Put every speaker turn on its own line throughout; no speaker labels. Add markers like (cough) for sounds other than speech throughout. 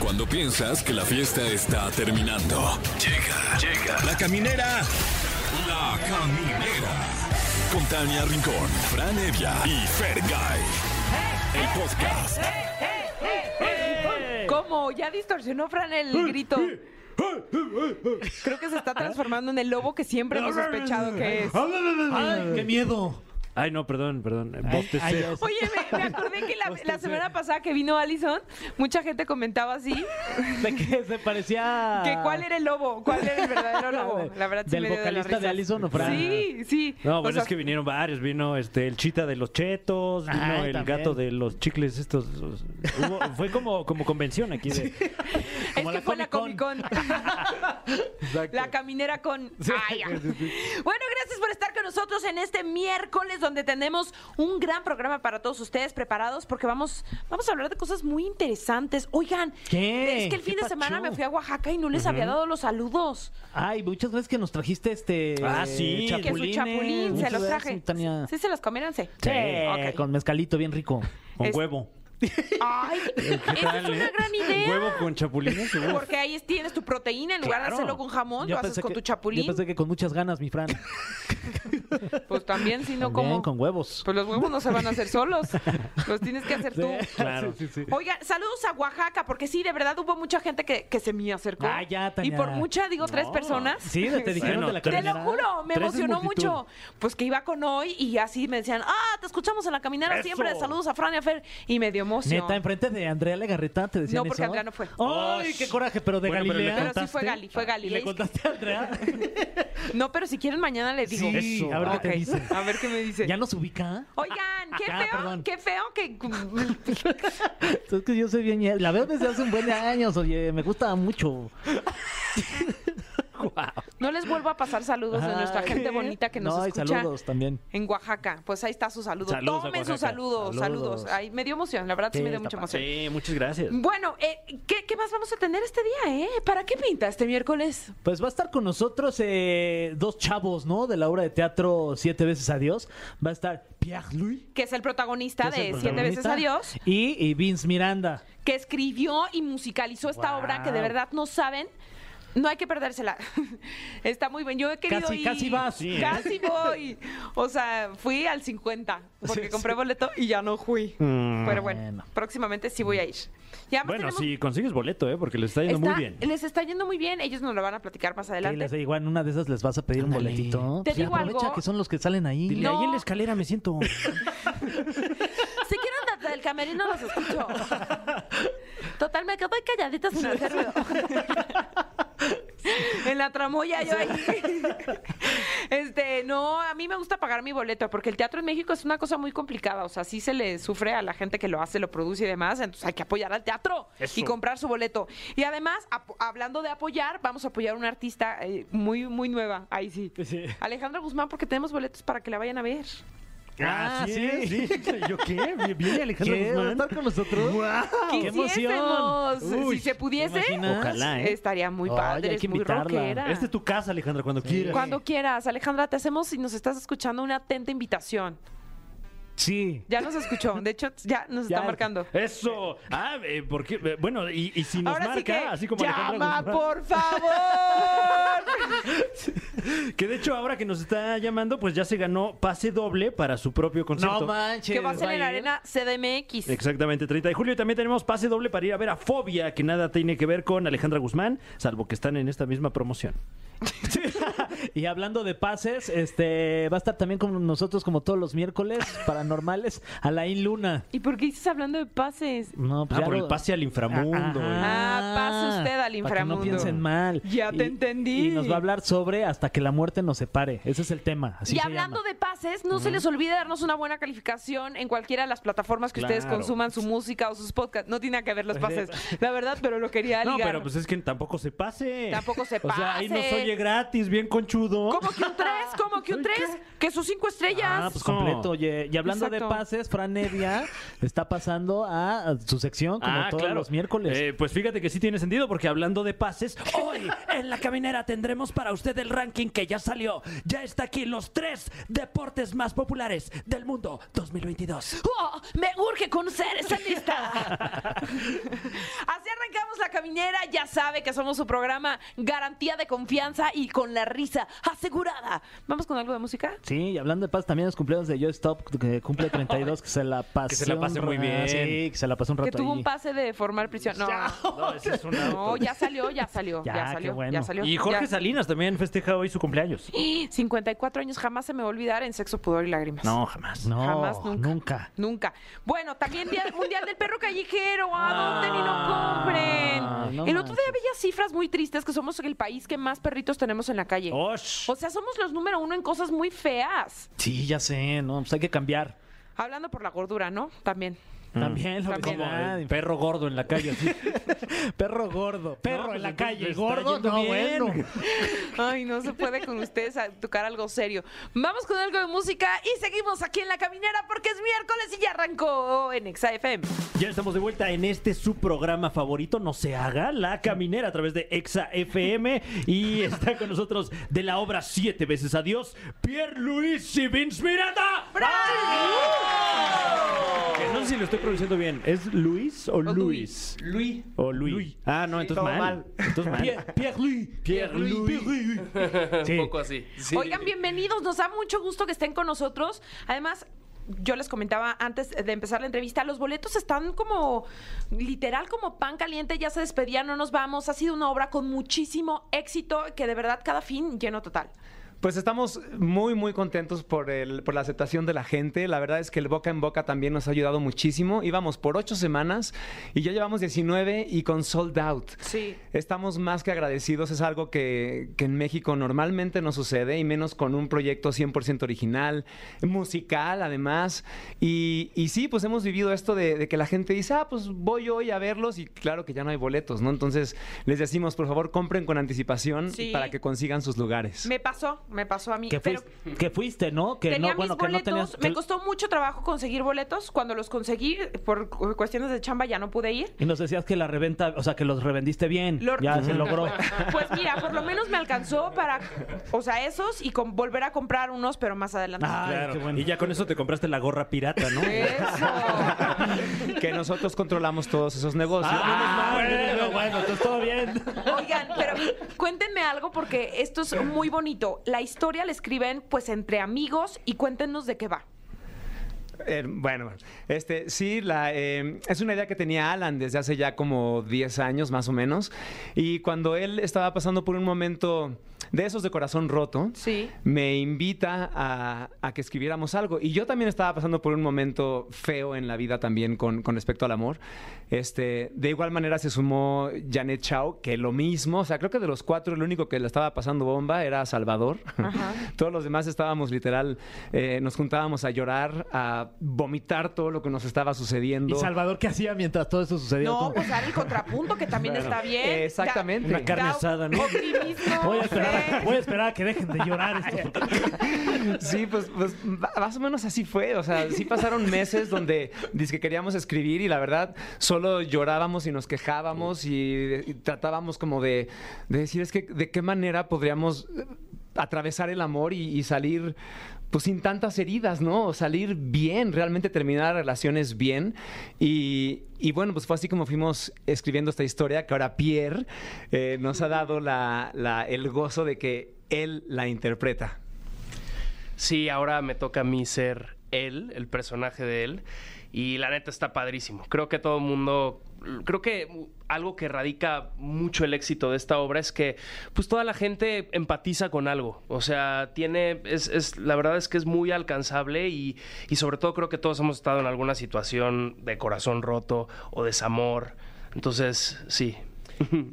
Cuando piensas que la fiesta está terminando. Llega, llega. La caminera. La caminera. Con Tania Rincón, Fran Evia y Fergay. El podcast.
¿Cómo? Ya distorsionó Fran el grito. Creo que se está transformando en el lobo que siempre hemos sospechado que es.
¡Ay, qué miedo!
Ay, no, perdón, perdón. Bostecé.
ay, ay.
Oye, me, me acordé que la, la semana pasada que vino Allison, mucha gente comentaba así,
(laughs) De que se parecía.
que cuál era el lobo, cuál era el verdadero lobo. La verdad sí
Ah. Del
me dio la
vocalista de
risa.
Alison o Fran.
Sí, sí.
No,
O
bueno,
sea, Ah,
es que vinieron varios. Vino este el chita de los chetos, vino
Ay,
el
también.
gato de los chicles estos. los- hubo- fue como, como convención aquí de
es
como
que
la
fue la Comic
Comic
Con. (laughs) La caminera con. Ay, ah. Bueno, gracias por estar con nosotros en este miércoles donde tenemos un gran programa para todos ustedes preparados porque vamos, vamos a hablar de cosas muy interesantes. Oigan,
¿Qué?
es que el
¿Qué
fin de semana
pacho?
me fui a Oaxaca y no les había dado los saludos.
Ay, muchas veces que nos trajiste este.
Ah,
Y
sí.
que su
chapulines.
chapulín se
Muchas
los
gracias,
traje.
Tania.
Sí, se los comieron, sí.
Sí,
Ok.
con mezcalito bien rico.
con
Es-
huevo.
Ay, esa es una
eh?
gran idea.
Huevo con chapulines. uf.
Porque ahí tienes tu proteína, en lugar de
Claro.
hacerlo con jamón, lo haces con
que,
tu
yo
chapulín.
pensé que con muchas
(laughs)
ganas, mi Fran.
Pues también, si no,
También
como.
con huevos.
Pues los huevos no se van a hacer solos, los tienes que hacer tú.
Claro.
Oiga, saludos a Oaxaca, porque sí, de verdad hubo mucha gente que, que se me acercó.
Ah, ya, Tania.
Y por mucha, digo, tres personas.
Sí, te dijeron
Bueno,
de la
tres-
Te lo
caminera.
juro, me
Tres es
emocionó
multitud.
mucho. Pues que iba con hoy y así me decían, ah, te escuchamos en la caminera
Eso.
siempre, saludos a Fran y a Fer. Y me dio emoción.
Neta, enfrente de Andrea Legarreta te decían
No, porque
eso?
Andrea no fue.
¡Ay, qué coraje! Pero de
Bueno, pero le
Galilea.
Pero sí fue Gali, fue Gali.
¿Y le contaste a Andrea?
No, pero si quieren mañana le (laughs) digo.
Sí,
Eso.
a ver qué te
Ok,
dice.
A ver qué me dice.
¿Ya nos ubica?
Oigan, qué
Ah,
feo,
perdón.
qué feo que... mm,
Es que yo soy bien... ñe- La veo desde hace un buen de años, oye. Me gusta mucho.
(laughs) No les vuelvo a pasar saludos de nuestra
Ay.
gente bonita que nos
no, y
escucha.
saludos también.
En Oaxaca, pues ahí está su saludo.
Saludos a
Tomen su
Oaxaca.
saludo, saludos.
Saludos.
Ay, me dio emoción, la verdad sí,
Sí,
me dio
está
mucha emoción.
Sí, muchas gracias.
Bueno, eh, ¿qué, qué más vamos a tener este día, eh? ¿Para qué pinta este miércoles?
Pues va a estar con nosotros eh, dos chavos, ¿no? De la obra de teatro Siete veces Adiós. Va a estar Pierre-Louis.
Que es el protagonista
que es el
de Siete veces
protagonista,
Adiós,
Y, y Vince Miranda.
que escribió y musicalizó esta
Wow.
obra que de verdad no saben. No hay que perdérsela. (laughs) Está muy bien. Yo he querido
Casi-
ir-
casi vas. Sí, ¿eh?
Casi voy. O sea, fui al 50 porque
Sí, Mm.
compré boleto y ya no fui. Pero bueno,
Bueno.
próximamente sí voy a ir. Ya
Bueno, si consigues boleto, ¿eh? Porque le está yendo
Está-
muy bien.
Les está yendo muy bien, ellos nos lo van a platicar más
Que
adelante.
les, igual en una de esas les vas a pedir un
Ándale.
boletito.
Te
Sí,
digo
aprovecha
algo.
que son los que salen ahí.
Dile,
No.
ahí en la escalera me
(laughs)
siento.
Si quieren desde el camerino los escucho. Total, me quedo ahí calladita sin hacer ruido. En la tramoya yo ahí. Este, no, a mí me gusta pagar mi boleto porque el teatro en México es una cosa muy complicada, o sea, sí se le sufre a la gente que lo hace, lo produce y demás, entonces hay que apoyar al teatro
Eso.
y comprar su boleto. Y además, apo- hablando de apoyar, vamos a apoyar a una artista eh, muy muy nueva, ahí sí.
Sí.
Alejandra Guzmán porque tenemos boletos para que la vayan a ver.
Ah,
Así
sí.
(laughs)
es, ¿Yo qué? Viene Alejandro
¿Qué? ¿Va a
Guzmán.
estar con nosotros? ¡Qué
Quisiésemos,
emoción!
si se pudiese,
¿te imaginas?
Ojalá, ¿eh?
Estaría muy
Ay,
padre,
hay
es
que
muy
invitarla.
rockera.
Esta Este es tu casa, Alejandra, cuando quieras.
Cuando quieras, Alejandra, te hacemos, si nos estás escuchando, una atenta invitación.
Sí.
Ya nos escuchó, de hecho, ya nos está
Ya.
marcando.
Eso. Ah, eh, porque, eh, bueno, y, y si Eh, nos
Ahora sí
marca,
que
así como
llama,
Alejandra Guzmán,
por
(laughs)
favor.
que de hecho ahora que nos está llamando, pues ya se ganó pase doble para su propio concierto.
No manches.
que va a ser en
ir?
la Arena CDMX.
Exactamente, 30 de julio. Y también tenemos pase doble para ir a ver a Fobia, que nada tiene que ver con Alejandra Guzmán, salvo que están en esta misma promoción.
(laughs) Y hablando de pases, este va a estar también con nosotros como todos los miércoles paranormales Alain Luna.
¿Y por qué dices hablando de pases?
No, pues
Ah,
ya
por
lo-
el pase al inframundo.
Ajá.
Ah, pase usted al
Para que
inframundo.
no piensen mal.
Ya te
Y-
entendí.
Y nos va a hablar sobre hasta que la muerte nos separe. Ese es el tema. Así
y
se
hablando
llama.
de pases, no se les olvide darnos una buena calificación en cualquiera de las plataformas que ustedes
Claro.
consuman su música o sus podcasts. No tiene nada que ver
(laughs)
los pases, la verdad, pero lo quería
No,
ligar.
pero pues es que tampoco se pase.
Tampoco se
O sea, ahí nos
pase.
oye gratis, bien conchudo.
¿Cómo que un 3? ¿Cómo que un 3? Que sus 5 estrellas.
Ah, pues completo. Oye, y hablando
Exacto.
de pases, Fran
(laughs)
Evia está pasando a su sección como todos los miércoles.
Ah, Eh, pues fíjate que sí tiene sentido porque hablando de pases, hoy en la caminera tendremos para usted el ranking que ya salió. Ya está aquí los tres deportes más populares del mundo 2022.
(laughs)
¡Oh! Me urge conocer esa lista. Así arrancamos la caminera ya sabe que somos su programa Garantía de Confianza y con la risa asegurada. ¿Vamos con algo de música?
Sí, y hablando de paz, también los cumpleaños de Joe Stop, que cumple 32, que se la pase.
(laughs) Que se la
un
pase muy
ra-
bien.
Sí, que se la pase un rato
Que tuvo
ahí.
un pase de formar prisión. (laughs) No,
No, ese es un auto.
no, ya salió, ya salió, ya,
(laughs) Ya, qué
salió,
bueno.
ya salió.
Y Jorge
ya.
Salinas también festeja hoy su cumpleaños.
54 años, jamás se me va a olvidar en Sexo, Pudor y Lágrimas.
No, jamás.
No,
Jamás, nunca.
nunca.
Nunca. Bueno, también Día Mundial del Perro Callejero. ¿A dónde ni
Ah,
no compren?
no
el otro día
manches.
veía cifras muy tristes que somos el país que más perritos tenemos en la calle.
Oh.
Osh.
O sea, somos los número uno en cosas muy feas.
Sí, ya sé, no, pues hay que cambiar.
Hablando por la gordura, ¿no? También. (laughs)
También la
También.
obesidad,
Mm. El perro gordo en la calle. así.
(laughs) Perro gordo, perro
pues
en la
entonces le
calle,
está
gordo,
yendo
no,
bien.
bueno.
Ay, no se puede con ustedes a- tocar algo serio. Vamos con algo de música y seguimos aquí en La Caminera porque es miércoles y ya arrancó en Exa FM.
Ya estamos de vuelta en este su programa favorito, No se haga, La Caminera a través de Exa FM y está con nosotros de la obra Siete veces adiós, Pierre Luis y Vince Miranda. Que No sé si lo estoy pronunciando bien. ¿Es Luis o Luis?
Luis.
O Luis. Ah, no, entonces
Todo
mal.
mal.
Entonces mal.
Pierre, Pierre Louis.
Pierre Luis. Sí.
Un poco así. Sí.
Oigan, bienvenidos. Nos da mucho gusto que estén con nosotros. Además, yo les comentaba antes de empezar la entrevista, los boletos están como literal como pan caliente, ya se despedían, no nos vamos. Ha sido una obra con muchísimo éxito que de verdad cada fin lleno total.
Pues estamos muy, muy contentos por, el, por la aceptación de la gente. La verdad es que el boca en boca también nos ha ayudado muchísimo. Íbamos por ocho semanas y ya llevamos 19 y con sold out.
Sí.
Estamos más que agradecidos. Es algo que, que en México normalmente no sucede y menos con un proyecto 100% original, musical además. Y, y sí, pues hemos vivido esto de, de que la gente dice, ah, pues voy hoy a verlos y claro que ya no hay boletos, ¿no? Entonces les decimos, por favor, compren con anticipación
Sí.
para que consigan sus lugares.
Me pasó, me pasó a mí.
Que
Pero
fuiste, que fuiste, ¿no? Que
tenía
no, bueno,
mis
que
boletos,
no tenías. que-
me costó mucho trabajo conseguir boletos. Cuando los conseguí, por cu- cuestiones de chamba ya no pude ir.
Y nos decías que la reventa, o sea, que los revendiste bien.
Lo-
Ya
(laughs)
se logró.
Pues mira, por lo menos me alcanzó para, o sea, esos y con, volver a comprar unos, pero más adelante.
Ay,
Claro.
qué bueno.
Y ya con eso te compraste la gorra pirata, ¿no? (laughs)
Eso.
(laughs) que nosotros controlamos todos esos negocios.
Ah, bueno, bueno, entonces todo bien.
Oigan, pero cuéntenme algo porque esto es muy bonito. La historia la escriben pues entre amigos y cuéntenos de qué va.
Eh, bueno, bueno. este, sí, la, eh, es una idea que tenía Alan desde hace ya como 10 años más o menos. Y cuando él estaba pasando por un momento de esos de corazón roto,
Sí.
me invita a, a que escribiéramos algo. Y yo también estaba pasando por un momento feo en la vida también con, con respecto al amor. Este, de igual manera se sumó Janet Chao, que lo mismo, o sea, creo que de los cuatro el único que la estaba pasando bomba era Salvador. (laughs) Todos los demás estábamos literal, eh, nos juntábamos a llorar, a vomitar todo lo que nos estaba sucediendo.
¿Y Salvador qué hacía mientras todo eso sucedía?
No,
¿Cómo?
pues dar el contrapunto que también está bien.
Exactamente.
Una carne
Da-
asada, ¿no? (laughs)
Optimismo.
Voy a, esperar,
fe.
voy a esperar a que dejen de llorar estos
Sí, pues, pues, ma- más o menos así fue. O sea, sí pasaron meses donde que queríamos escribir y la verdad solo llorábamos y nos quejábamos y, y tratábamos como de, de decir es que de qué manera podríamos eh, atravesar el amor y, y salir pues sin tantas heridas, ¿no? O salir bien, realmente terminar relaciones bien. Y, y bueno, pues fue así como fuimos escribiendo esta historia que ahora Pierre eh, nos ha dado la- la- el gozo de que él la interpreta.
Sí, ahora me toca a mí ser él, el personaje de él. Y la neta está padrísimo. Creo que todo el mundo. Creo que algo que radica mucho el éxito de esta obra es que pues toda la gente empatiza con algo. O sea, tiene. Es, es- la verdad es que es muy alcanzable y, y sobre todo creo que todos hemos estado en alguna situación de corazón roto o desamor. Entonces, sí.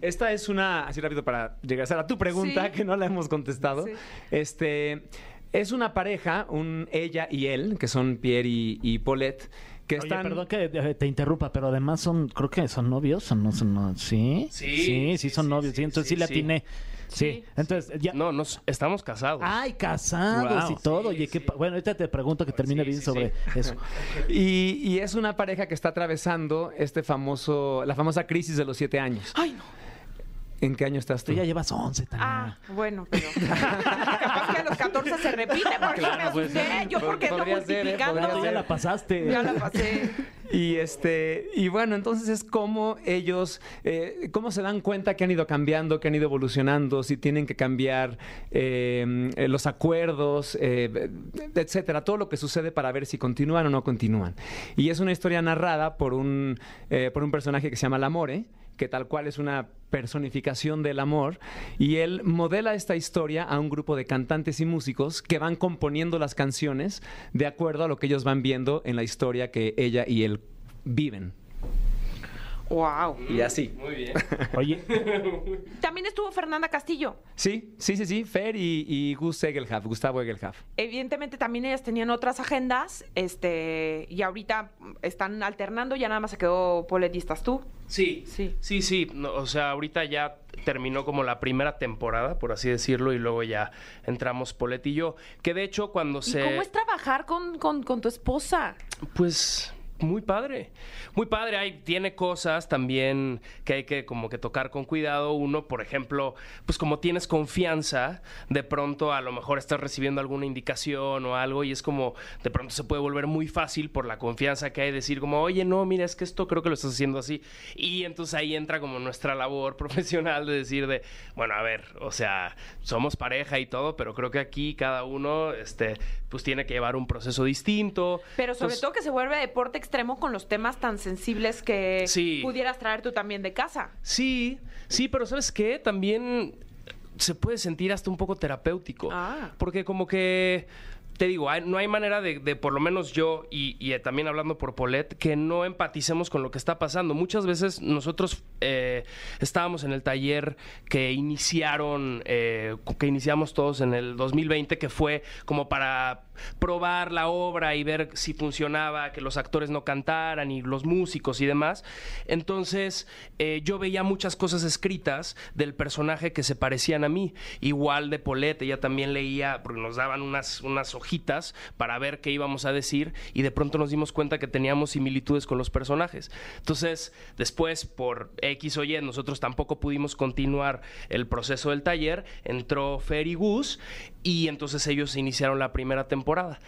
Esta es una, así rápido para llegar a tu pregunta,
Sí.
que no la hemos contestado.
Sí.
Este, es una pareja, un ella y él, que son Pierre y, y Paulette, que
Oye,
están...
perdón que eh, te interrumpa, pero además son, creo que son novios o no son novios. ¿Sí?
Sí,
sí,
sí,
son
sí,
novios. Sí,
sí,
entonces sí,
sí,
le
sí.
atiné. Sí,
Sí,
entonces ya.
No, nos, estamos casados.
Ay, casados
Wow.
y todo. Oye, qué pa- Bueno, ahorita te pregunto que termine
Sí,
bien
sí,
sobre eso.
Y, y es una pareja que está atravesando este famoso, la famosa crisis de los siete años.
Ay, no.
¿En qué año estás tú?
Tú ya llevas 11 también.
Ah, bueno, pero (laughs) capaz que a los 14 se repite porque me asusté. Yo porque ando
Podría ser, ¿eh?
multiplicando.
Podría
Tú ya
ser.
la pasaste.
Ya la pasé.
Y este, y bueno, entonces es cómo ellos, eh, cómo se dan cuenta que han ido cambiando, que han ido evolucionando, si tienen que cambiar eh, eh, los acuerdos, eh, etcétera, todo lo que sucede para ver si continúan o no continúan. Y es una historia narrada por un, eh, por un personaje que se llama Lamore, que tal cual es una personificación del amor, y él modela esta historia a un grupo de cantantes y músicos que van componiendo las canciones de acuerdo a lo que ellos van viendo en la historia que ella y él viven.
Wow.
Y así.
Muy bien.
Oye,
También estuvo Fernanda Castillo.
Sí, sí, sí, sí, Fer y, y Gus Egelhaf, Gustavo Egelhaf.
Evidentemente también ellas tenían otras agendas, este, y ahorita están alternando, ya nada más se quedó Paulette y estás tú.
Sí,
Sí.
sí, sí, no, o sea, ahorita ya terminó como la primera temporada, por así decirlo, y luego ya entramos Polet y yo. Que de hecho cuando
¿Y
se...
cómo es trabajar con, con- con tu esposa?
Pues muy padre. Muy padre. Hay, tiene cosas también que hay que como que tocar con cuidado. Uno, por ejemplo, pues como tienes confianza, de pronto a lo mejor estás recibiendo alguna indicación o algo y es como de pronto se puede volver muy fácil por la confianza que hay decir como, oye, no, mira, es que esto creo que lo estás haciendo así. Y entonces ahí entra como nuestra labor (laughs) profesional de decir de, bueno, a ver, o sea, somos pareja y todo, pero creo que aquí cada uno, este, pues tiene que llevar un proceso distinto.
Pero sobre
Pues
Entonces-
todo que se vuelve deporte extremo con los temas tan sensibles que
Sí.
pudieras traer tú también de casa.
Sí, sí, pero ¿sabes qué? También se puede sentir hasta un poco terapéutico.
Ah.
Porque como que, te digo, hay- no hay manera de, de, por lo menos yo, y, y, eh, también hablando por Polet, que no empaticemos con lo que está pasando. Muchas veces nosotros eh, estábamos en el taller que iniciaron, eh, que iniciamos todos en el 2020, que fue como para probar la obra y ver si funcionaba, que los actores no cantaran y los músicos y demás. Entonces eh, yo veía muchas cosas escritas del personaje que se parecían a mí. Igual de Polet, ella también leía, porque nos daban unas, unas hojitas para ver qué íbamos a decir y de pronto nos dimos cuenta que teníamos similitudes con los personajes. Entonces después por X o Y nosotros tampoco pudimos continuar el proceso del taller, entró Fer y Gus y entonces ellos iniciaron la primera temporada.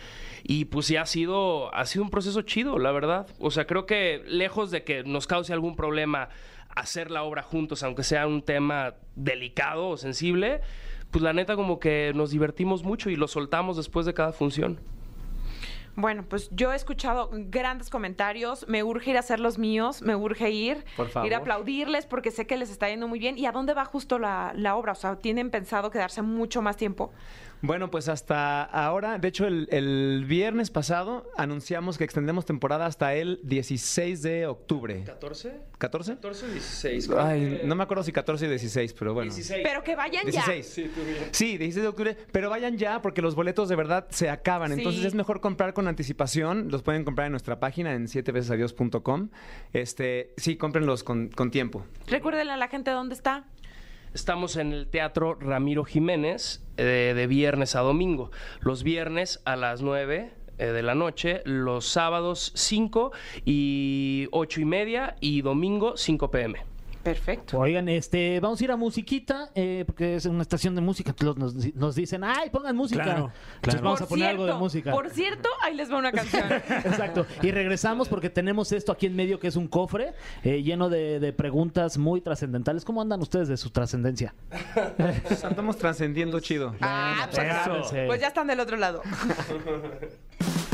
Y pues ya ha sido, ha sido un proceso chido, la verdad. O sea, creo que lejos de que nos cause algún problema hacer la obra juntos, aunque sea un tema delicado o sensible, pues la neta como que nos divertimos mucho y lo soltamos después de cada función.
Bueno, pues yo he escuchado grandes comentarios, me urge ir a hacer los míos, me urge ir,
Por favor.
ir a aplaudirles porque sé que les está yendo muy bien. ¿Y a dónde va justo la, la obra? O sea, ¿tienen pensado quedarse mucho más tiempo?
Bueno, pues hasta ahora, de hecho el, el viernes pasado anunciamos que extendemos temporada hasta el 16 de octubre.
¿14?
¿14?
14, 16.
Ay, no me acuerdo si 14 y 16, pero bueno.
Pero que vayan ya.
16. Sí, 16 de octubre. Pero vayan ya porque los boletos de verdad se acaban.
Sí.
Entonces es mejor comprar con anticipación. Los pueden comprar en nuestra página en 7vecesadios.com. Este, sí, cómprenlos con, con tiempo.
Recuérdenle a la gente dónde está.
Estamos en el Teatro Ramiro Jiménez eh, de viernes a domingo. Los viernes a las 9 eh, de la noche, los sábados 5 y 8 y media y domingo 5 pm.
Perfecto.
oigan, este, vamos a ir a musiquita, eh, porque es una estación de música. entonces Nos, nos dicen, ay, pongan música.
Claro,
Entonces
claro.
vamos a poner algo de música.
Por cierto, ahí les va una
(laughs)
canción.
Exacto. Y regresamos porque tenemos esto aquí en medio que es un cofre eh, lleno de, de preguntas muy trascendentales. ¿Cómo andan ustedes de su trascendencia?
Estamos trascendiendo chido.
ah, pues,
Eso.
pues ya están del otro lado.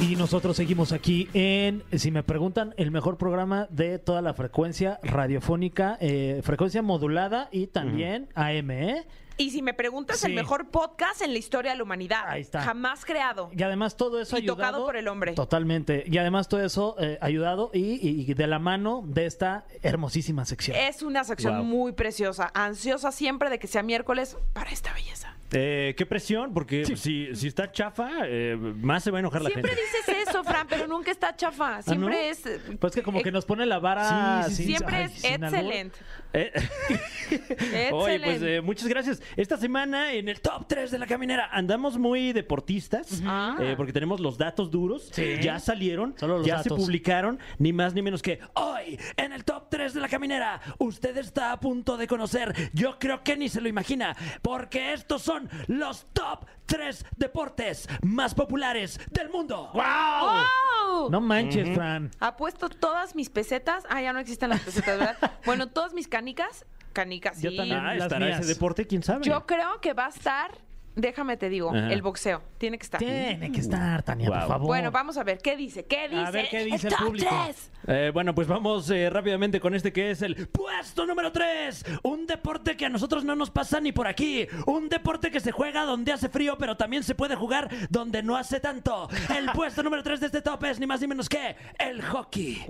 Y nosotros seguimos aquí en, si me preguntan, el mejor programa de toda la frecuencia radiofónica, eh, frecuencia modulada y también AM. ¿eh?
Y si me preguntas, el
Sí.
mejor podcast en la historia de la humanidad.
Ahí está.
Jamás creado.
Y además todo eso
Y
ayudado.
tocado por el hombre.
Totalmente. Y además todo eso eh, ayudado y, y de la mano de esta hermosísima sección.
Es una sección
Wow.
muy preciosa, ansiosa siempre de que sea miércoles para esta belleza.
Eh, qué presión, porque pues, si, si está chafa, eh, más se va a enojar la
Siempre
gente.
dices eso, Fran, pero nunca está chafa. Siempre
no?
es. eh,
Ah, Pues que como que nos pone la vara.
Sí, sí, sí.
sin-
Siempre
ay,
es
sin albur.
excelente.
Eh,
(laughs)
Oye, pues
Excelente.
eh, muchas gracias. Esta semana en el top 3 de la caminera andamos muy deportistas
Ah.
eh, porque tenemos los datos duros. Ya salieron,
Solo los
ya se
datos.
publicaron, ni más ni menos que hoy en el top 3 de la caminera. Usted está a punto de conocer, yo creo que ni se lo imagina, porque estos son los top 3 deportes más populares del mundo. ¡Wow!
¡Wow!
No manches, Fran.
Apuesto todas mis pesetas. Ah, ya no existen las pesetas,
(laughs)
¿verdad? bueno, todas mis canicas. Canicas, sí.
Yo también.
Ah,
Las
estará
mías.
ese deporte, quién sabe.
Yo creo que va a estar, déjame te digo,
Ajá.
el boxeo. Tiene que estar.
Tiene
Uh.
que estar, Tania, por
Wow.
favor.
Bueno, vamos a ver, ¿qué dice? ¿Qué dice?
ver, ¿qué dice el
top
público?
tres?
Eh, bueno, pues vamos eh, rápidamente con este que es el puesto número 3. Un deporte que a nosotros no nos pasa ni por aquí. Un deporte que se juega donde hace frío, pero también se puede jugar donde no hace tanto. El puesto número 3 de este top es ni más ni menos que el hockey.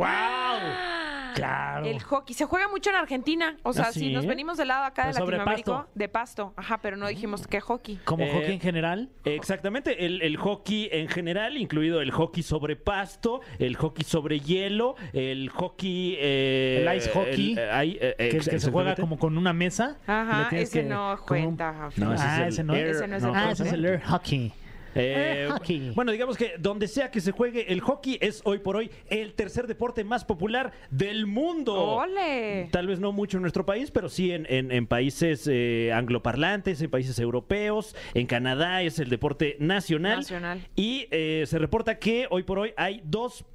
Ah.
Claro.
El hockey. Se juega mucho en Argentina. O sea,
¿Ah,
si
sí?
nos venimos del lado acá de
Pero Pues sobre
Latinoamérica,
pasto. Ah.
de pasto. Ajá, pero no dijimos que hockey.
Como
Eh,
hockey en general.
Exactamente, el, el hockey en general, incluido el hockey sobre pasto, el hockey sobre hielo, el hockey... eh,
El ice hockey,
eh, ahí, eh,
Que,
ex-
que se juega
exactamente.
como con una mesa.
Ajá,
Le tienes
ese
que-
no
como-
cuenta.
No, ese
ah,
es el
ese no.
air-
Ese no es el
ah,
hockey.
ese es el air hockey.
Eh,
(laughs)
Eh, hockey.
Bueno, digamos que donde sea que se juegue, el hockey es hoy por hoy el tercer deporte más popular del mundo.
¡Ole!
Tal vez no mucho en nuestro país, pero sí en, en- en países eh, angloparlantes, en países europeos, en Canadá es el deporte nacional.
Nacional.
Y eh, se reporta que hoy por hoy hay 2.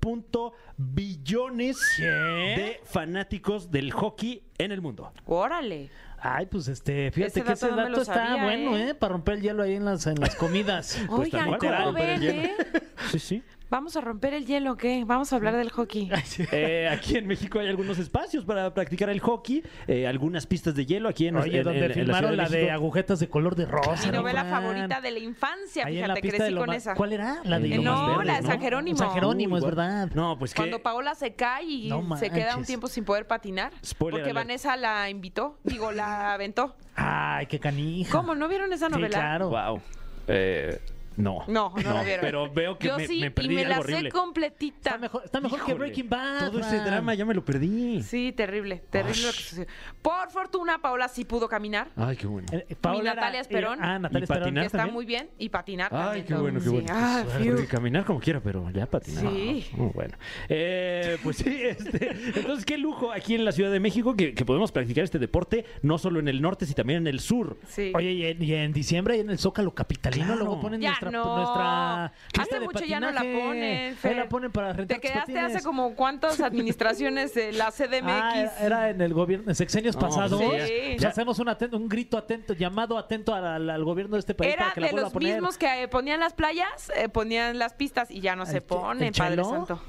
billones de fanáticos del hockey en el mundo.
Órale.
Ay, pues este, fíjate
Ese
que ese
dato no me
dato
lo
está
sabía,
bueno,
¿eh?
¿eh? Para romper el hielo ahí en las, en las
(laughs)
comidas.
Oigan,
tampoco
¿cómo
romper
ven,
el hielo.
eh?
Pues, Sí, sí.
Vamos a romper el hielo, ¿qué? Vamos a hablar del
(laughs)
hockey.
(laughs) Eh, aquí en México hay algunos espacios para practicar el hockey, eh, algunas pistas de hielo aquí en
Oye,
en-
donde
en- en
filmaron la,
Ciudad
de
México.
agujetas de color de rosa.
Mi
¿no,
novela
Fran?
favorita de la infancia,
Ahí en la
fíjate,
pista de
crecí
lo
con
más-
esa.
¿Cuál era? La de
Eh,
lo más
no,
verde,
la de San
Jerónimo.
San Jerónimo,
Uy,
es
guau.
verdad.
No, pues
Cuando
que
Paola se cae y
No
se queda un
manches.
tiempo sin poder patinar.
Spoiler
porque
alert.
Vanessa la invitó, digo, la aventó.
Ay, qué canija.
¿Cómo? ¿No vieron esa
Sí,
novela?
claro.
wow. Eh, no.
No, no, la vieron.
pero veo que
Yo
me,
sí,
me perdí
y me
algo
la
horrible.
sé completita.
Está mejor, está mejor que
Híjole,
Breaking Bad. Eh,
Todo ese
Fran.
drama ya me lo perdí.
Ah. Sí, terrible, terrible lo que sucedió. Por fortuna, Paola sí pudo caminar.
Ay, qué bueno.
Eh, Paola
Mi
era-
Natalia Esperón.
Ah, Natalia
Y
Esperón.
patinar.
que está
también?
muy bien y patinar
Ay,
también,
qué
¿no?
bueno, qué
Sí,
bueno.
ah,
Qué suerte.
fiu.
Caminar como quiera, pero ya patinar.
Sí.
Ah, bueno. Eh, pues sí, (laughs) este, entonces qué lujo aquí en la Ciudad de México que, que podemos practicar este deporte no solo en el norte, sino también en el sur.
Sí.
Oye, y en, y en diciembre ahí en el Zócalo Capitalino
Claro.
luego ponen
Ya
nuestra,
no.
nuestra
Hace
pista de
mucho ya no la
patinaje.
ponen,
Ahí
Fer.
la ponen para rentar
Te
tus
quedaste
patines.
hace como
(laughs)
cuántas administraciones de la CDMX.
Ah, era en el gobierno, en sexenios
No,
pasados.
Oh, sí.
Pues hacemos un, atento- un grito atento, llamado atento al, al gobierno de este país
Era
para que la
de
vuelva
los
a poner.
mismos que eh, ponían las playas, eh, ponían las pistas y ya no se
¿El qué?
pone,
¿El
Padre
Chelo?
Santo.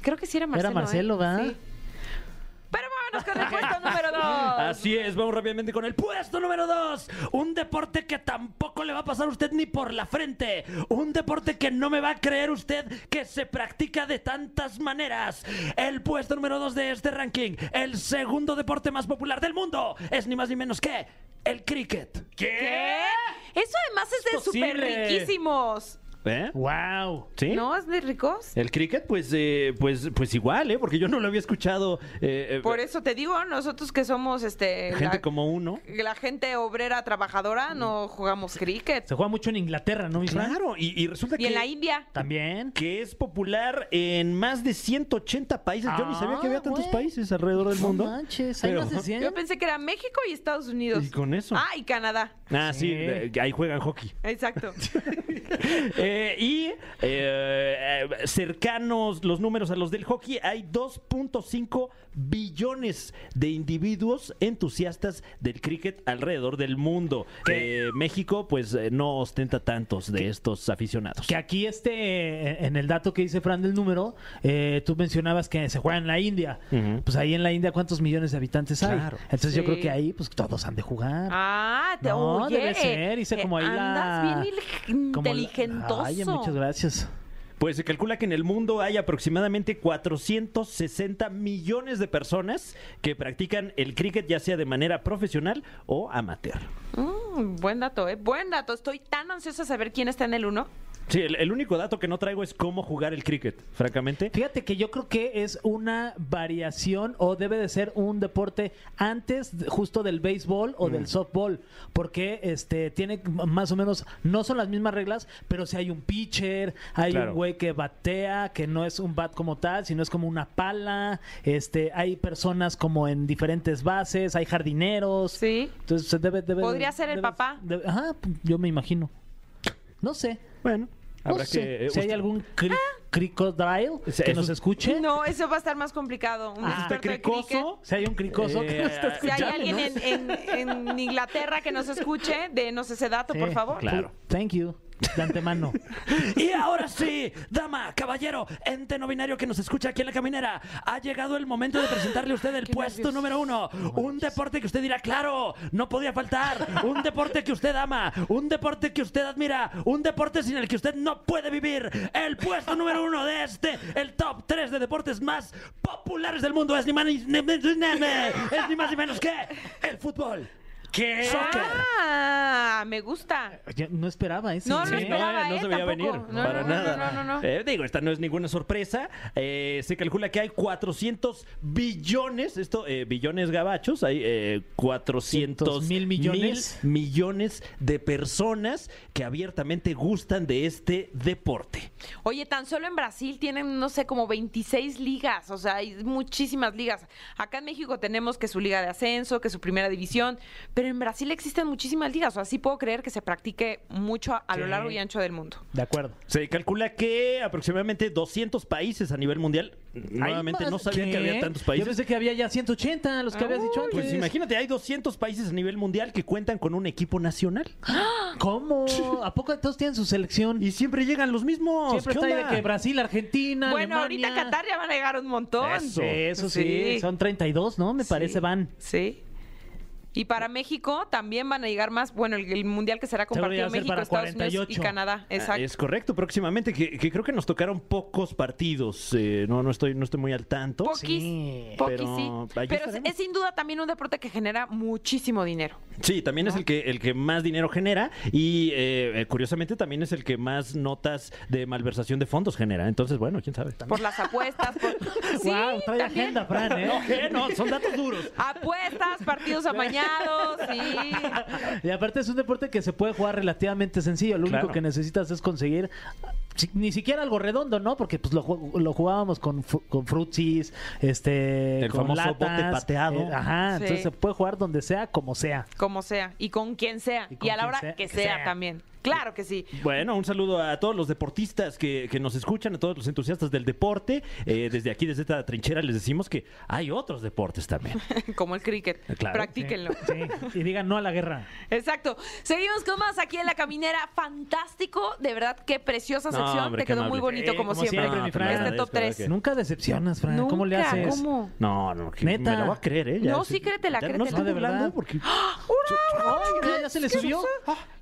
Creo que sí era Marcelo.
Era Marcelo,
¿eh?
¿verdad?
Sí. Pero vámonos
(laughs)
con el puesto número dos.
Así es, vamos rápidamente con el puesto número 2. Un deporte que tampoco le va a pasar a usted ni por la frente. Un deporte que no me va a creer usted que se practica de tantas maneras. El puesto número 2 de este ranking, el segundo deporte más popular del mundo, es ni más ni menos que el cricket.
¿Qué? Eso además es de
posible.
súper riquísimos.
¿Eh?
¡Wow!
¿Sí?
¿No? ¿Es de ricos?
El cricket, pues, eh, pues, pues igual, ¿eh? Porque yo no lo había escuchado. eh, eh,
Por eso te digo, nosotros que somos este
gente
la,
como uno.
la gente obrera trabajadora
Mm.
no jugamos cricket.
Se juega mucho en Inglaterra, ¿no, mi Fran?
Claro, y, y resulta
Y
que.
en la India.
También.
que es popular en más de 180 países. Yo ni sabía que había
Ah,
tantos
güey.
países alrededor del
No
mundo.
manches, hay
Pero-
más de 100.
Yo pensé que era México y Estados Unidos.
Y con eso.
Ah, y Canadá.
Ah, sí,
Sí.
eh, ahí juegan hockey.
Exacto.
Eh, y eh, eh, cercanos los números a los del hockey, hay 2.5 billones de individuos entusiastas del cricket alrededor del mundo. Eh, México, pues, eh, no ostenta tantos de estos aficionados.
Que aquí este, eh, en el dato que dice Fran del número, eh, tú mencionabas que se juega en la India.
Ujú.
Pues ahí en la India, ¿cuántos millones de habitantes hay?
Claro.
Entonces yo
Sí.
creo que ahí, pues todos han de jugar.
Ah, te
No,
oye,
debe ser, hice
eh,
como ahí la-
Andas bien il-
Como la-
inteligentoso.
Ay, muchas gracias.
Pues se calcula que en el mundo hay aproximadamente 460 millones de personas que practican el cricket ya sea de manera profesional o amateur.
Mm, buen dato, ¿eh? Buen dato. Estoy tan ansiosa de saber quién está en el uno.
Sí, el, el único dato que no traigo es cómo jugar el cricket, francamente.
Fíjate que yo creo que es una variación o debe de ser un deporte antes de- justo del béisbol o
Mm.
del softball, porque este tiene m- más o menos no son las mismas reglas, pero si hay un pitcher, hay
Claro.
un güey que batea, que no es un bat como tal, sino es como una pala, este hay personas como en diferentes bases, hay jardineros.
Sí.
Entonces se debe, debe
Podría ser el
debe-
papá.
debe- ajá, yo me imagino. No sé.
Bueno,
No
habrá
sé.
que... eh,
Pues si hay
usted-
algún cri- cricodile
sea,
que
es
nos
un-
escuche.
Ah. No, eso va a estar más complicado.
Ah,
Un
¿Es usted
experto de cricket.
cricoso?
Si hay un cricoso que
Eh,
nos está
Si hay
escuchando,
alguien
¿no?
en, en- en Inglaterra que nos escuche, denos ese dato, por
Sí,
favor.
claro.
Thank you. De antemano.
Y ahora sí, dama, caballero, ente no binario que nos escucha aquí en la caminera, ha llegado el momento de presentarle a usted el puesto número uno. un deporte que usted dirá, claro, no podía faltar. Un deporte que usted ama, un deporte que usted admira, un deporte sin el que usted no puede vivir. El puesto número uno de este, el top 3 de deportes más populares del mundo, es ni más ni, ni- ni- ni- ni- es ni más ni menos que el fútbol. ¿Qué?
Ah, me gusta.
Ya no esperaba eso.
No, no
Sí,
esperaba,
no,
¿eh?
se veía
Tampoco.
venir
No,
para
no, no,
nada.
no, no, no.
Eh, digo, esta no es ninguna sorpresa. Eh, se calcula que hay 400 billones, esto, eh, billones gabachos, hay eh, 400
mil millones.
mil millones de personas que abiertamente gustan de este deporte.
Oye, tan solo en Brasil tienen, no sé, como 26 ligas, o sea, hay muchísimas ligas. Acá en México tenemos que su liga de ascenso, que su primera división, pero en Brasil existen muchísimas ligas, o sea, sí puedo creer que se practique mucho a, a lo largo y ancho del mundo.
De acuerdo.
Se calcula que aproximadamente 200 países a nivel mundial. Nuevamente, no
más
sabía
¿Qué?
que había tantos
Yo
países.
pensé que había ya 180, los que habías dicho antes.
Pues imagínate, hay 200 países a nivel mundial que cuentan con un equipo nacional.
¿Cómo?
(laughs)
¿A poco todos tienen su selección?
Y siempre llegan los mismos.
Siempre
¿Qué
está ahí de
onda?
que Brasil, Argentina,
Bueno,
Alemania.
ahorita a Qatar ya van a llegar un montón.
Eso.
Eso sí, son 32, ¿no? Me
Sí,
parece van.
Sí. Y para México también van a llegar más, bueno, el, el mundial que será
Seguro ya
compartido
va a ser
México,
para
Estados Unidos y
48.
Canadá. Exacto.
Ah, Es correcto, próximamente, que, que creo que nos tocaron pocos partidos. eh, no, no estoy, no estoy muy al tanto.
Poquis,
Sí,
poquis,
pero
sí.
allí
Pero
estaremos.
es sin duda también un deporte que genera muchísimo dinero.
Sí, también es el que, el que más dinero genera y eh, eh, curiosamente también es el que más notas de malversación de fondos genera. Entonces, bueno, quién sabe.
Por las apuestas, por... Sí,
wow, trae
también.
agenda, Fran, ¿eh?
No, ¿qué? no, son datos duros.
Apuestas, partidos amañados, sí.
Y aparte es un deporte que se puede jugar relativamente sencillo. Lo único
Claro.
que necesitas es conseguir si- ni siquiera algo redondo, ¿no? Porque pues lo, ju- lo jugábamos con, fru- con frutsis, este,
El
con
famoso
latas, eh,
bote pateado.
ajá,
Sí.
entonces se puede jugar donde sea, como sea.
Como sea, y con quien sea,
Y
y,
con
a la
quien
hora
sea,
que
que
sea,
sea.
también. Claro que sí. (laughs)
Bueno, un saludo a todos los deportistas que, que nos escuchan, a todos los entusiastas del deporte. Eh, desde aquí, desde esta trinchera, les decimos que hay otros deportes también.
Como el cricket.
Claro.
Practíquenlo.
Sí, y digan no a la guerra.
Exacto. Seguimos con más aquí en La Caminera. Fantástico. De verdad, qué preciosa
No,
sección.
hombre,
Te
qué
quedó muy
amable.
bonito,
Sí,
como,
como
siempre.
siempre, mi Fran.
este top 3.
Sí.
Nunca decepcionas, Fran. ¿Cómo le
Nunca,
haces?
¿cómo?
No, no, que
Neta.
me la voy a creer, ¿eh? Ya,
No, sí, créetela,
ya
créetela. ¡Ah!
No estoy
No, de
burlando
verdad.
porque...
¡Ay, ya, ya se le subió!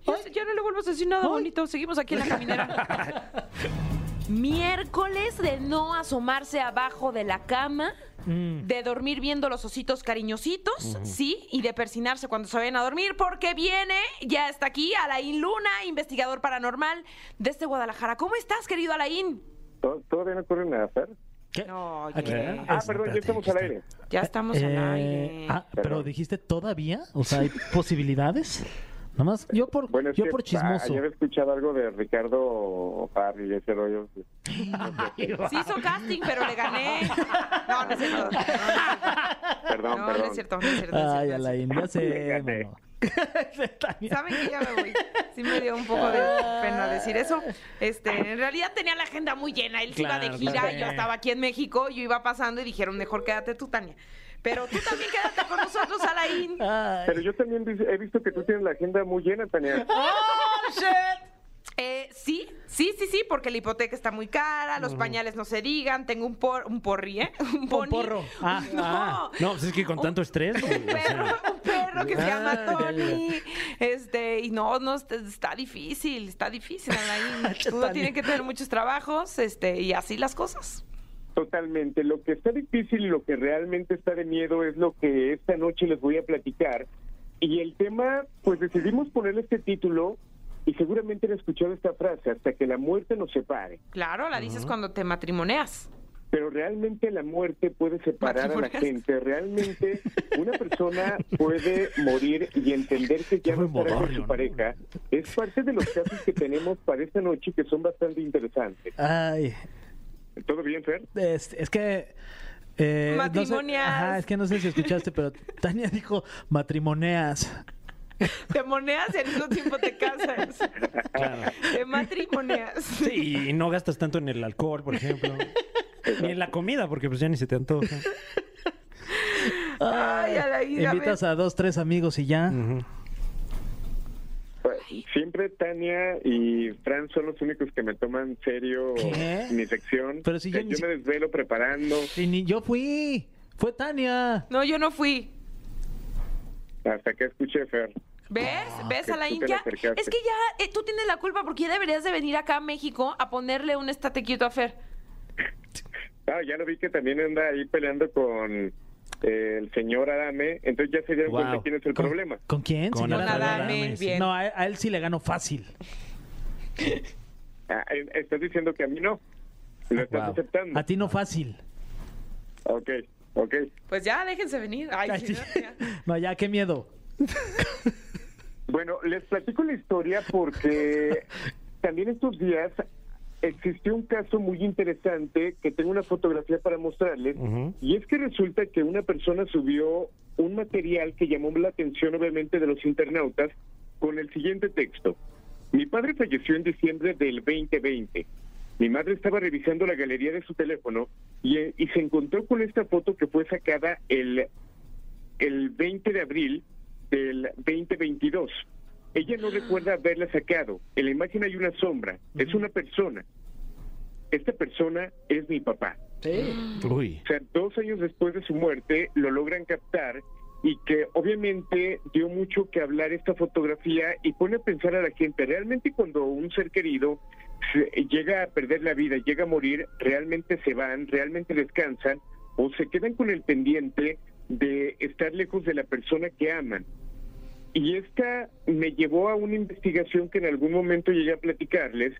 Ya, ya no le vuelvas a decir nada bonito. Seguimos aquí en la caminera. (laughs) Miércoles de no asomarse abajo de la cama, de dormir viendo los ositos cariñositos, sí, y de persinarse cuando se vayan a dormir, porque viene, ya está aquí, Alain Luna, investigador paranormal desde Guadalajara. ¿Cómo estás, querido Alain?
To- Todavía no ocurre nada, ¿verdad?
¿Qué?
No, Eh,
¿A qué?
oye,
Ah,
Es-
perdón,
espérate,
ya estamos
aquí
al
está.
aire.
ya estamos al
Eh,
aire.
Ah, pero
Perdón.
dijiste todavía, o sea,
(laughs)
hay posibilidades. Nomás yo por
Bueno, es
yo
que
por
ah,
chismoso.
ayer he escuchado algo de Ricardo Parry y ese rollo.
Sí hizo casting, pero le (laughs) gané. No, no es cierto. No, no es (laughs) cierto.
Perdón,
No,
perdón.
no es cierto, no es cierto, no es
Ay,
cierto.
Alain,
(laughs)
ya sé.
Fíjate.
mano.
Saben que ya me voy. Sí me dio un poco de pena decir eso. Este, en realidad tenía la agenda muy llena. Él se iba de gira y yo estaba aquí en México. Yo iba pasando y dijeron, mejor quédate tú, Tania. Pero tú también quédate con nosotros, Alain.
Ay,
Pero yo también dice- he visto que tú tienes la agenda muy llena,
(laughs)
Tania.
Eh, sí, sí, sí, sí, porque la hipoteca está muy cara, los pañales no se digan, tengo un, por, un porri, ¿eh? (laughs) Un, poni.
porro. Ah,
(laughs) no.
Ah, no, pues es que con tanto estrés...
un Oh, perro, un perro que se llama Tony. Este, y no, no, est- está difícil, está difícil, Alain. Uno tiene que tener muchos trabajos, este, y así las cosas.
Totalmente. Lo que está difícil y lo que realmente está de miedo es lo que esta noche les voy a platicar. Y el tema, pues decidimos ponerle este título y seguramente han escuchado esta frase, hasta que la muerte nos separe.
Claro, la dices cuando te matrimoneas.
pero realmente la muerte puede separar a la
Matrimonios.
gente. Realmente una persona puede morir y entender que ya no estará con su pareja. Es parte de los casos que tenemos para esta noche que son bastante interesantes.
ay,
¿Todo bien, Fer?
es, es que eh, no sé-
Matrimonias.
ajá, es que no sé si escuchaste, pero Tania dijo matrimonias.
Te moneas y al mismo tiempo te casas. Te matrimoneas.
Sí, y no gastas tanto en el alcohol, por ejemplo. ni en la comida, porque pues ya ni se te
(laughs)
antoja.
(laughs) Ay, Alain, a
Invitas a dos, tres amigos y ya.
Pues, Siempre Tania y Fran son los únicos que me toman serio
¿Qué?
mi sección.
Pero si
O sea,
yo
yo,
ni si-
me desvelo preparando.
Y ni yo fui. Fue Tania.
No, yo no fui.
Hasta que escuché Fer.
¿Ves? ¿Ves
que
a la
tú te le
India?
acercaste.
Es que ya eh, tú tienes la culpa porque ya deberías de venir acá a México a ponerle un estate quieto a Fer.
Ah, ya lo vi que también anda ahí peleando con eh, el señor Adame. Entonces ya se dieron
Wow.
cuenta quién es el
¿Con,
problema.
¿Con quién?
Con
señora?
Adame,
Adame, bien.
No, a, a él sí le gano fácil.
Ah, eh, estás diciendo que a mí no. Lo estás
Wow.
aceptando.
A ti no fácil.
Ok, ok.
Pues ya, déjense venir. Ay,
Ay,
sí, ¿no?
sí.
Ya.
(laughs) No, ya, qué miedo.
Bueno, les platico la historia porque también estos días existió un caso muy interesante que tengo una fotografía para mostrarles. Y es que resulta que una persona subió un material que llamó la atención obviamente de los internautas con el siguiente texto. Mi padre falleció en diciembre del 2020. Mi madre estaba revisando la galería de su teléfono y, eh, y se encontró con esta foto que fue sacada el el 20 de abril del 2022. Ella no recuerda haberla sacado. En la imagen hay una sombra. Es una persona. Esta persona es mi papá.
Uy.
O sea, dos años después de su muerte lo logran captar y que obviamente dio mucho que hablar esta fotografía y pone a pensar a la gente, realmente cuando un ser querido se- llega a perder la vida, llega a morir, realmente se van, realmente descansan o se quedan con el pendiente de estar lejos de la persona que aman. Y esta me llevó a una investigación que en algún momento llegué a platicarles,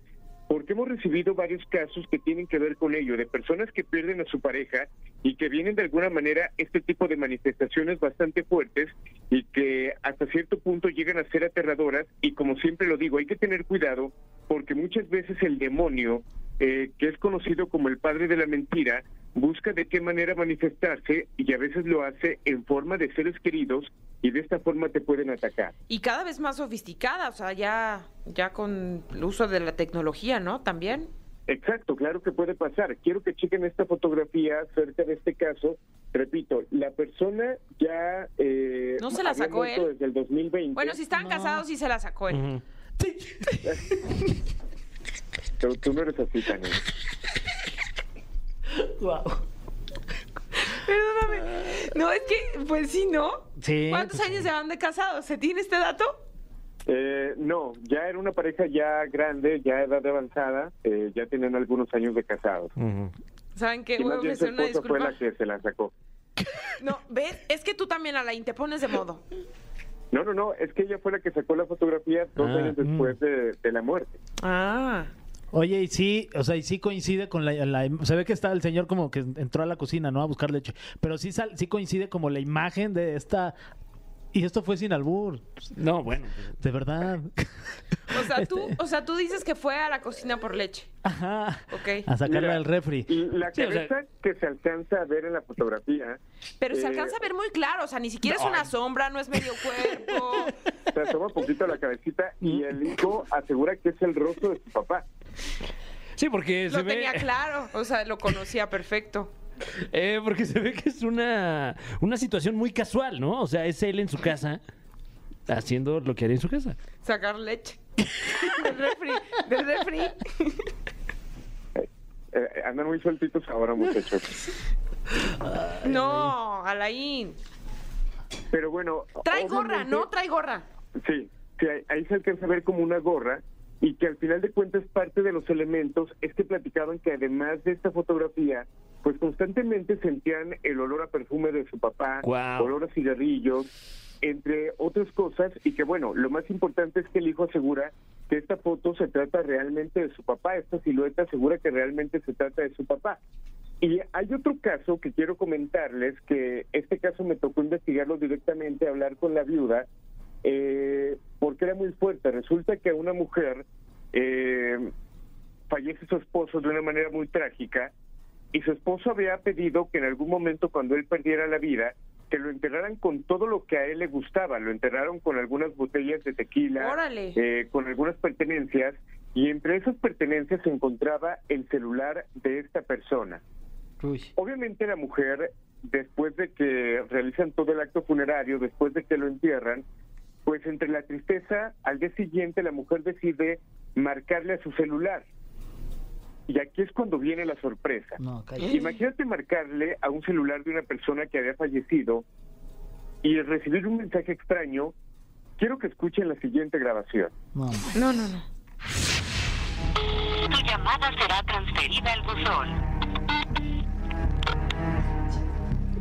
porque hemos recibido varios casos que tienen que ver con ello, de personas que pierden a su pareja y que vienen de alguna manera este tipo de manifestaciones bastante fuertes y que hasta cierto punto llegan a ser aterradoras y como siempre lo digo, hay que tener cuidado porque muchas veces el demonio, eh, que es conocido como el padre de la mentira, busca de qué manera manifestarse y a veces lo hace en forma de seres queridos y de esta forma te pueden atacar.
Y cada vez más sofisticada, o sea, ya, ya con el uso de la tecnología, ¿no? También.
Exacto, claro que puede pasar. Quiero que chequen esta fotografía acerca de este caso. Repito, la persona ya... eh,
¿No se la
había
sacó
muerto
él?
Desde el 2020.
Bueno, si estaban casados, sí se la sacó él.
Pero tú no eres así, Tania.
Perdóname. No, es que, pues sí, ¿no?
Sí,
¿Cuántos años llevan de casados? ¿Se tiene este dato?
Eh, no, ya era una pareja ya grande, ya edad avanzada, eh, ya tenían algunos años de casados.
¿Saben qué?
Y
Voy a
más bien su
ofrecer una
esposa fue
disculpa.
la que se la sacó.
No, ¿ves? Es que tú también, Alain, te pones de modo.
No, no, no, es que ella fue la que sacó la fotografía dos
Ah,
años después de, de la muerte.
Ah.
Oye, y sí, o sea, y sí coincide con la, la- Se ve que está el señor como que entró a la cocina, ¿no? A buscar leche. Pero sí, sal- sí coincide como la imagen de esta... Y esto fue sin albur,
No, bueno. pues,
de
(laughs)
verdad.
O sea, tú,
Este.
o sea, tú dices que fue a la cocina por leche.
Ajá.
Ok.
A sacarla
Mira,
del refri.
Y la
Sí, o
cabeza
sea-
que se alcanza a ver en la fotografía,
Pero se
Eh,
alcanza a ver muy claro, o sea, ni siquiera es una sombra, no es
(laughs)
medio cuerpo.
se asoma poquito la cabecita
Mm.
y el hijo asegura que es el rostro de su papá.
Sí, porque se
Lo
ve.
tenía claro, o sea, lo conocía perfecto.
(laughs) eh, porque se ve que es una, una situación muy casual, ¿no? O sea, es él en su casa haciendo lo que haría en su casa.
Sacar (laughs) leche. Del refri, del refri.
Eh, andan muy sueltitos ahora,
(laughs)
muchachos.
No, Alain.
Pero bueno...
Trae gorra,
obviamente-
¿no? Trae gorra.
Sí, que ahí- ahí se alcanza a ver como una gorra y que al final de cuentas parte de los elementos es que platicaban que además de esta fotografía, pues constantemente sentían el olor a perfume de su papá,
Guau.
olor a cigarrillos, entre otras cosas, y que bueno, lo más importante es que el hijo asegura que esta foto se trata realmente de su papá, esta silueta asegura que realmente se trata de su papá. Y hay otro caso que quiero comentarles, que este caso me tocó investigarlo directamente, hablar con la viuda, eh, porque era muy fuerte. Resulta que una mujer eh, fallece su esposo de una manera muy trágica y su esposo había pedido que en algún momento cuando él perdiera la vida, que lo enterraran con todo lo que a él le gustaba. Lo enterraron con algunas botellas de tequila,
Órale.
eh, con algunas pertenencias, y entre esas pertenencias se encontraba el celular de esta persona. Obviamente la mujer, después de que realizan todo el acto funerario, después de que lo entierran, pues entre la tristeza, al día siguiente la mujer decide marcarle a su celular. Y aquí es cuando viene la sorpresa.
No, cállate.
Imagínate marcarle a un celular de una persona que había fallecido y recibir un mensaje extraño. Quiero que escuchen la siguiente grabación.
No.
No, no, no.
Tu llamada será transferida al buzón.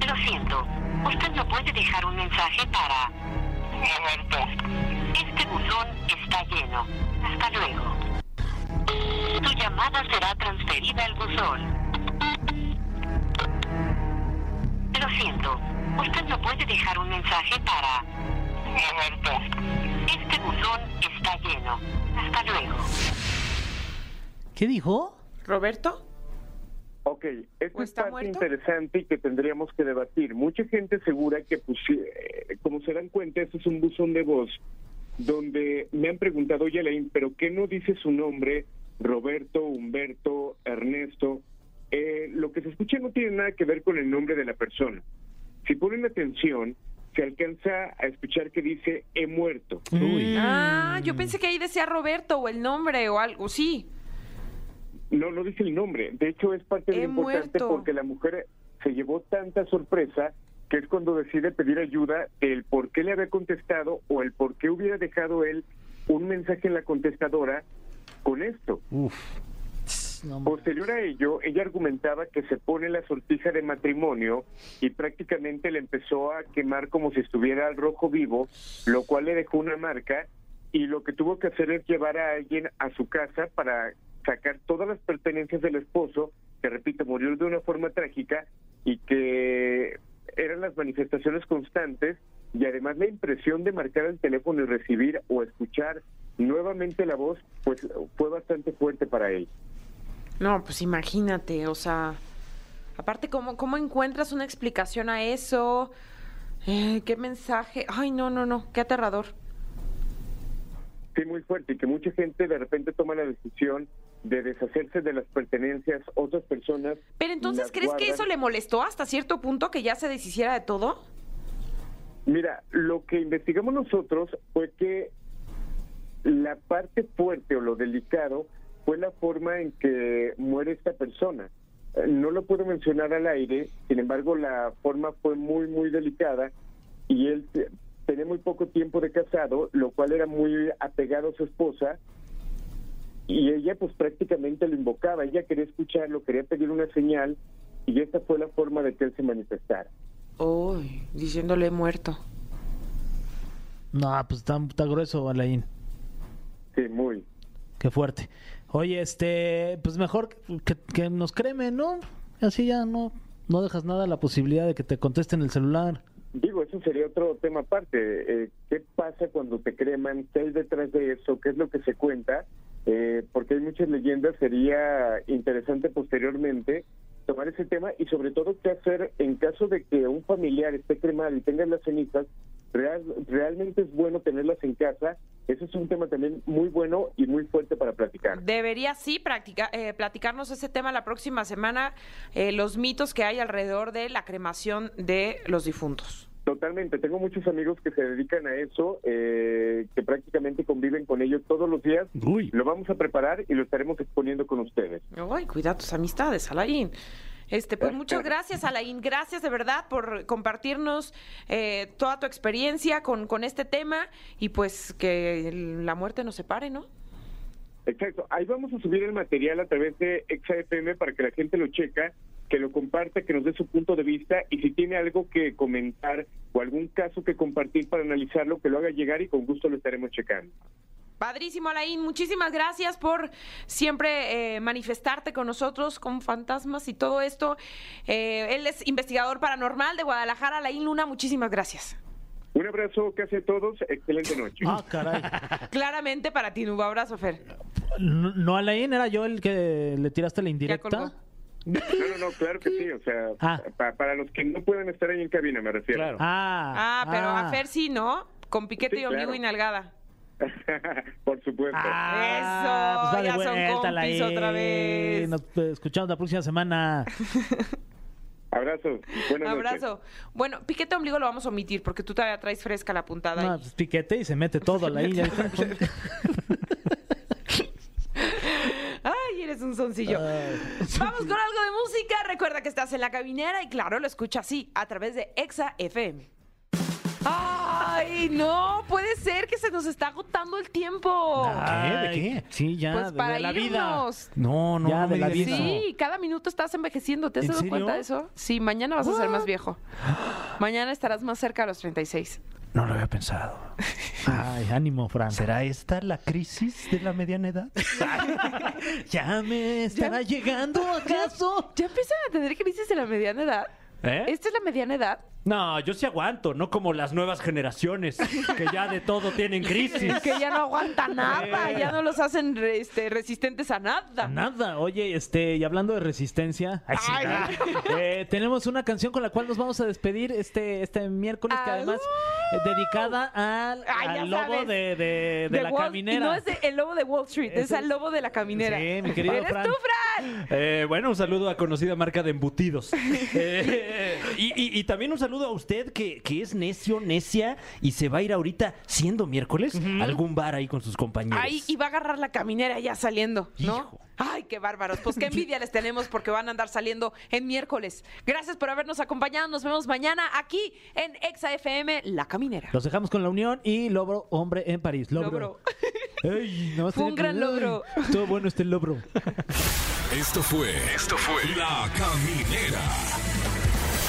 Lo siento, usted no puede dejar un mensaje para... Roberto. Este buzón está lleno. Hasta luego. Tu llamada será transferida al buzón. Lo siento, usted no puede dejar un mensaje para... Roberto. Este buzón está lleno. Hasta luego.
¿Qué dijo?
¿Roberto?
Ok,
¿O
esta es
está
parte
muerto?
interesante y que tendríamos que debatir. Mucha gente asegura que, pues, eh, como se dan cuenta, esto es un buzón de voz donde me han preguntado, oye, Elaine, ¿pero qué no dice su nombre? Roberto, Humberto, Ernesto. Eh, lo que se escucha no tiene nada que ver con el nombre de la persona. Si ponen atención, se alcanza a escuchar que dice, he muerto.
Ah, yo pensé que ahí decía Roberto o el nombre o algo, sí.
No, no dice el nombre. De hecho, es parte de
He
lo importante
muerto.
porque la mujer se llevó tanta sorpresa que es cuando decide pedir ayuda del por qué le había contestado o el por qué hubiera dejado él un mensaje en la contestadora con esto.
No, ma-
Posterior a ello, ella argumentaba que se pone la sortija de matrimonio y prácticamente le empezó a quemar como si estuviera al rojo vivo, lo cual le dejó una marca y lo que tuvo que hacer es llevar a alguien a su casa para sacar todas las pertenencias del esposo, que repito, murió de una forma trágica y que eran las manifestaciones constantes y además la impresión de marcar el teléfono y recibir o escuchar nuevamente la voz, pues fue bastante fuerte para él.
No, pues imagínate, o sea, aparte, ¿cómo, cómo encuentras una explicación a eso? Eh, ¿Qué mensaje? Ay, no, no, no, qué aterrador.
Sí, muy fuerte, y que mucha gente de repente toma la decisión de deshacerse de las pertenencias, otras personas.
Pero entonces,
las
¿crees que
guardan.
eso le molestó hasta cierto punto que ya se deshiciera de todo?
Mira, lo que investigamos nosotros fue que la parte fuerte o lo delicado fue la forma en que muere esta persona. Eh, No lo puedo mencionar al aire, sin embargo la forma fue muy, muy delicada y él te- tenía muy poco tiempo de casado, lo cual era muy apegado a su esposa y ella pues prácticamente lo invocaba, ella quería escucharlo, quería pedir una señal y esta fue la forma de que él se manifestara.
Uy, diciéndole muerto.
No, pues está, está grueso, Alain.
Sí, muy.
Qué fuerte. Oye, este, pues mejor que, que nos cremen, ¿no? Así ya no, no dejas nada a la posibilidad de que te contesten
(laughs)
el celular.
Digo, eso sería otro tema aparte. Eh, ¿Qué pasa cuando te creman? ¿Qué hay detrás de eso? ¿Qué es lo que se cuenta? Eh, porque hay muchas leyendas. Sería interesante posteriormente tomar ese tema y sobre todo qué hacer en caso de que un familiar esté cremado y tenga las cenizas. Real- realmente es bueno tenerlas en casa. Ese es un tema también muy bueno y muy fuerte para platicar.
Debería sí practica- eh, platicarnos ese tema la próxima semana, eh, los mitos que hay alrededor de la cremación de los difuntos.
Totalmente, tengo muchos amigos que se dedican a eso, eh, que prácticamente conviven con ellos todos los días.
Uy.
Lo vamos a preparar y lo estaremos exponiendo con ustedes.
Ay, cuida tus amistades, Alain. Este, pues muchas gracias, Alain. Gracias de verdad por compartirnos eh, toda tu experiencia con, con este tema y pues que la muerte nos separe, ¿no?
Exacto, ahí vamos a subir el material a través de ExaFM para que la gente lo checa, que lo comparta, que nos dé su punto de vista y si tiene algo que comentar o algún caso que compartir para analizarlo, que lo haga llegar y con gusto lo estaremos checando.
Padrísimo, Alain. Muchísimas gracias por siempre eh, manifestarte con nosotros, con fantasmas y todo esto. Eh, él es investigador paranormal de Guadalajara. Alain Luna, muchísimas gracias.
Un abrazo casi a todos, excelente noche.
Ah, caray.
Claramente para ti, un abrazo, Fer.
No, no, Alain, era yo el que le tiraste la
Ya colgó.
indirecta.
No, no, no, claro que sí. O sea,
Ah.
pa- para los que no pueden estar ahí en cabina, me refiero.
Claro.
Ah,
Ah, pero a Fer sí, ¿no? Con piquete
Sí,
y ombligo
claro.
y nalgada.
(laughs) Por supuesto.
Eso,
Ah, pues va de
ya son
vuelta la
compis
E.
otra vez.
Nos eh, escuchamos la próxima semana.
Abrazo. Buenas noches.
Abrazo. Bueno, piquete ombligo lo vamos a omitir porque tú todavía traes fresca la puntada.
No,
ahí.
pues, piquete y se mete todo a la I.
(laughs) Ay, eres un
(laughs)
soncillo. (laughs) Vamos con algo de música. Recuerda que estás en la cabinera y claro, lo escucha así, a través de Exa FM. Ay, no, puede ser que se nos está agotando el tiempo.
Ah,
¿Qué? ¿De qué?
Sí, ya.
Pues
de
para
la vida.
irnos.
No, no,
Ya,
no
de
me
la
digas
vida.
eso.
Sí, cada minuto estás envejeciendo. ¿Te has
¿En
dado
serio?
cuenta de eso? Sí, mañana vas a ser más viejo. Mañana estarás más cerca de los 36.
No lo había pensado.
(laughs) Ay, ánimo, Fran.
¿Será esta la crisis de la
(laughs)
mediana edad? (laughs)
¿Ya me estará (laughs) llegando acaso?
¿Ya empiezan a tener crisis de la mediana edad?
¿Eh?
¿Esta es la mediana edad?
No, yo sí aguanto, no como las nuevas generaciones que ya de todo tienen crisis.
Que ya no aguanta nada, ya no los hacen re- este, resistentes a nada.
Nada, oye, este, y hablando de resistencia, (laughs) ay, sí, nada. Eh, tenemos una canción con la cual nos vamos a despedir este, este miércoles, que
Ah,
además eh, dedicada al,
Ay, ya
al lobo
sabes.
de, de- de
De
la
Wall-
caminera.
y no es de- el lobo de Wall Street, es,
Ese-
el lobo de la caminera.
Sí, mi querido
¡Eres
Fran.
tú, Fran!
Eh, bueno, un saludo a conocida marca
(laughs)
de embutidos. Eh, y, y- y también un saludo a usted que, que es necio, necia y se va a ir ahorita, siendo miércoles, a algún bar ahí con sus compañeros.
Ay, y va a agarrar la caminera ya saliendo, ¿no?
Hijo.
Ay, qué bárbaros. Pues
(laughs)
qué envidia les tenemos porque van a andar saliendo en miércoles. Gracias por habernos acompañado. Nos vemos mañana aquí en Exa FM La Caminera.
Los dejamos con la unión y logro hombre en París. Logro.
Logro.
Ey, nada más
Fue un
tenía
gran logro.
Ay, Estuvo bueno este logro.
Esto fue. Esto fue. La Caminera.